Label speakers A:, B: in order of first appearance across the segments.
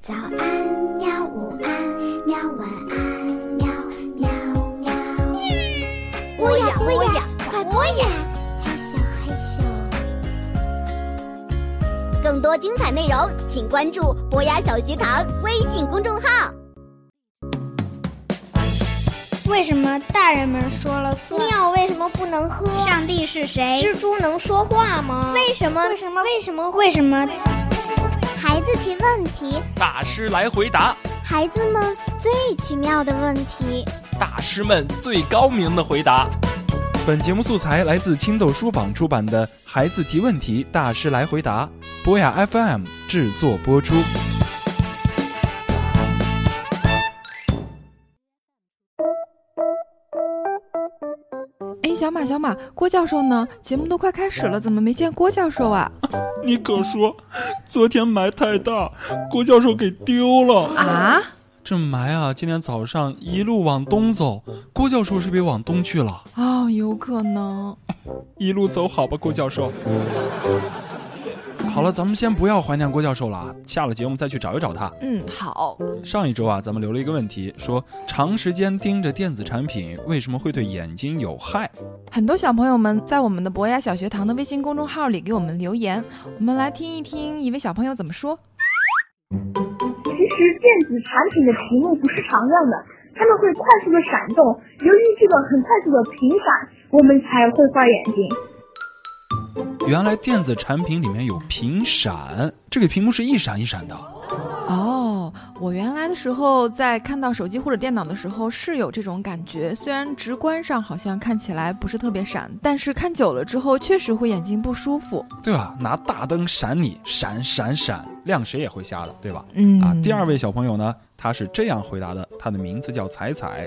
A: 早安喵，午安喵，晚安喵喵喵。
B: 播呀播呀，快播呀！
A: 嘿咻嘿咻，
B: 更多精彩内容，请关注博雅小学堂微信公众号。
C: 为什么大人们说了算？
D: 尿为什么不能喝？
C: 上帝是谁？
D: 蜘蛛能说话吗？
C: 为什么？为什么？为什么？为什么？
A: 孩子提问题，
E: 大师来回答，
A: 孩子们最奇妙的问题。
E: 大师们最高明的回答。
F: 本节目素材来自青豆书坊出版的《孩子提问题，大师来回答》，博雅 FM 制作播出。
G: 哎，小马，小马，郭教授呢？节目都快开始了，怎么没见郭教授啊？
H: 你可说，昨天霾太大，郭教授给丢了。
G: 啊？
F: 这霾啊，今天早上一路往东走，郭教授是不是往东去了？
G: 哦，有可能。
F: 一路走好吧，郭教授。好了，咱们先不要怀念郭教授了，下了节目再去找一找他。
G: 嗯，好。
F: 上一周啊，咱们留了一个问题，说长时间盯着电子产品为什么会对眼睛有害？
G: 很多小朋友们在我们的博雅小学堂的微信公众号里给我们留言，我们来听一听一位小朋友怎么说。
I: 其实电子产品的屏幕不是常亮的，它们会快速的闪动。由于这个很快速的频闪，我们才会画眼睛。
F: 原来电子产品里面有屏闪，这个屏幕是一闪一闪的。
G: 哦，我原来的时候在看到手机或者电脑的时候是有这种感觉，虽然直观上好像看起来不是特别闪，但是看久了之后确实会眼睛不舒服。
F: 对吧？拿大灯闪你，闪闪闪，亮谁也会瞎的，对吧？
G: 嗯
F: 啊，第二位小朋友呢，他是这样回答的，他的名字叫彩彩。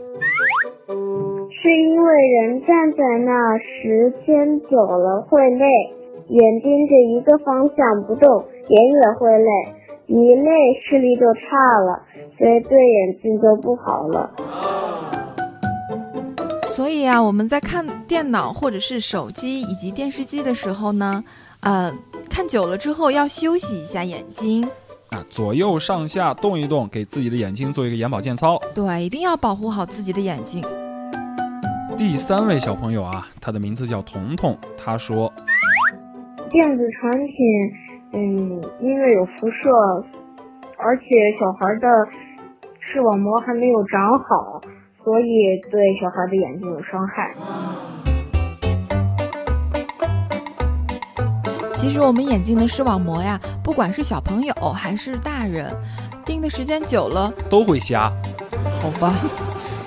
I: 是因为人站在那儿时间久了会累，眼盯着一个方向不动，眼也会累，一累视力就差了，所以对眼睛就不好了。
G: 所以啊，我们在看电脑或者是手机以及电视机的时候呢，呃，看久了之后要休息一下眼睛，
F: 啊，左右上下动一动，给自己的眼睛做一个眼保健操。
G: 对，一定要保护好自己的眼睛。
F: 第三位小朋友啊，他的名字叫彤彤，他说
I: 电子产品，嗯，因为有辐射，而且小孩的视网膜还没有长好，所以对小孩的眼睛有伤害。
G: 其实我们眼睛的视网膜呀，不管是小朋友还是大人，盯的时间久了，
F: 都会瞎。
G: 好吧，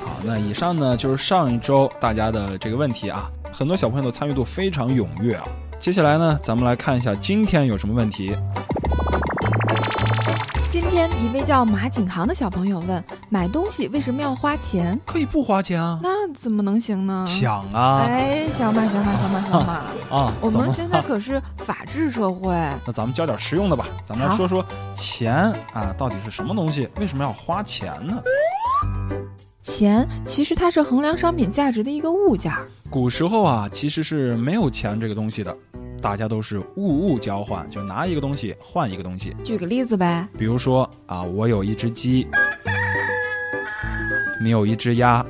F: 好，那以上呢就是上一周大家的这个问题啊，很多小朋友的参与度非常踊跃啊。接下来呢，咱们来看一下今天有什么问题。
G: 今天一位叫马景航的小朋友问：买东西为什么要花钱？
F: 可以不花钱啊，
G: 那怎么能行呢？
F: 抢啊
G: 哎，小马，小马，小马，小马，
F: 啊！
G: 我
F: 怎
G: 们
F: 么
G: 现在可是法治社会。
F: 那咱们教点实用的吧，咱们来
G: 好
F: 说说钱啊，到底是什么东西？为什么要花钱呢？
G: 钱其实它是衡量商品价值的一个物件儿。
F: 古时候啊，其实是没有钱这个东西的，大家都是物物交换，就拿一个东西换一个东西。
G: 举个例子呗，
F: 比如说啊，我有一只鸡，你有一只鸭，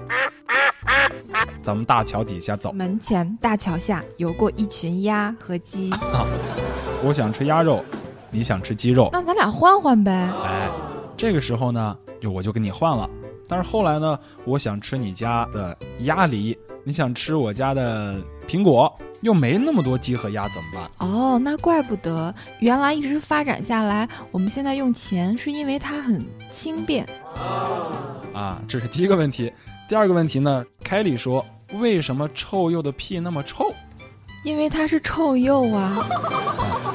F: 咱们大桥底下走，
G: 门前大桥下游过一群鸭和鸡，
F: 我想吃鸭肉，你想吃鸡肉，
G: 那咱俩换换呗。
F: 哎，这个时候呢，就我就跟你换了。但是后来呢，我想吃你家的鸭梨，你想吃我家的苹果，又没那么多鸡和鸭，怎么办？
G: 哦，那怪不得，原来一直发展下来，我们现在用钱是因为它很轻便。
F: 啊，这是第一个问题。第二个问题呢，凯里说，为什么臭鼬的屁那么臭？
G: 因为它是臭鼬啊！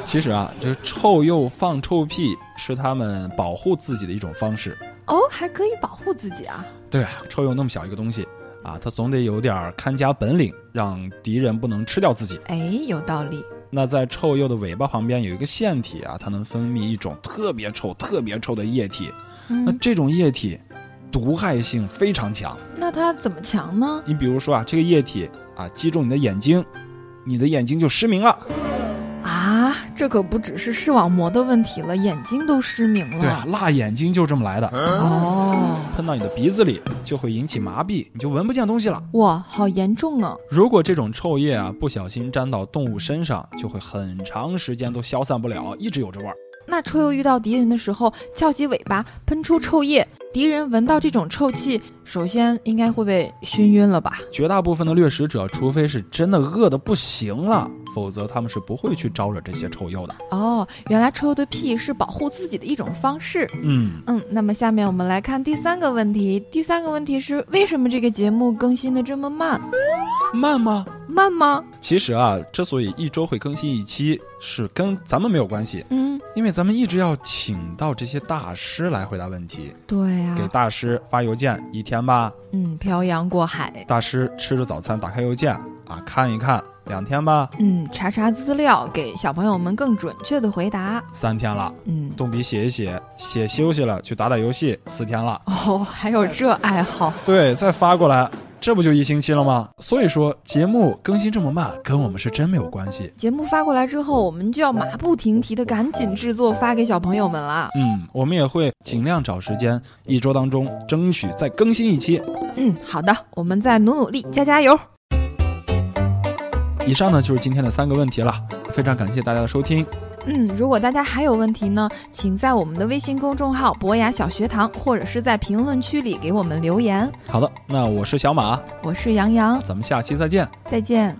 F: 其实啊，这臭鼬放臭屁是它们保护自己的一种方式。
G: 哦，还可以保护自己啊！
F: 对啊，臭鼬那么小一个东西啊，它总得有点儿看家本领，让敌人不能吃掉自己。
G: 哎，有道理。
F: 那在臭鼬的尾巴旁边有一个腺体啊，它能分泌一种特别臭、特别臭的液体。那
G: 嗯，
F: 这种液体毒害性非常强。
G: 那它怎么强呢？
F: 你比如说啊，这个液体啊击中你的眼睛，你的眼睛就失明了。
G: 啊，这可不只是视网膜的问题了，眼睛都失明
F: 对啊
G: 了，。
F: 辣眼睛就这么来
G: 嗯
F: 的，
G: 哦，
F: 喷到你的鼻子里就会引起麻痹，你就闻不见东西了。
G: 哇，好严重啊！
F: 如果这种臭液啊不小心沾到动物身上，就会很长时间都消散不了，一直有这味儿。
G: 那臭鼬遇到敌人的时候，翘起尾巴喷出臭液，敌人闻到这种臭气，首先应该会被熏晕了吧？
F: 绝大部分的掠食者，除非是真的饿得不行了，否则他们是不会去招惹这些臭鼬的。
G: 哦，原来臭鼬的屁是保护自己的一种方式。
F: 嗯，
G: 嗯，那么下面我们来看第三个问题。第三个问题是为什么这个节目更新的这么慢？
F: 慢吗？
G: 慢吗？
F: 其实啊，之所以一周会更新一期，是跟咱们没有关系，
G: 嗯，
F: 因为咱们一直要请到这些大师来回答问题，
G: 对呀、
F: 给大师发邮件，一天吧，
G: 嗯，漂洋过海，
F: 大师吃着早餐打开邮件啊，看一看，两天吧，
G: 嗯，查查资料，给小朋友们更准确的回答。
F: 三天了，
G: 嗯，
F: 动笔写一写，写休息了去打打游戏，四天了，
G: 哦，还有这爱好，
F: 对，再发过来，这不就一星期了吗？所以说节目更新这么慢，跟我们是真没有关系。
G: 节目发过来之后，我们就要马不停蹄的赶紧制作发给小朋友们啦。
F: 嗯，我们也会尽量找时间，一周当中争取再更新一期。
G: 嗯，好的，我们再努努力，加加油。
F: 以上呢就是今天的三个问题了，非常感谢大家的收听。
G: 嗯，如果大家还有问题呢，请在我们的微信公众号“博雅小学堂”或者是在评论区里给我们留言。
F: 好的，那我是小马，
G: 我是杨洋，
F: 咱们下期再见。
G: 再见。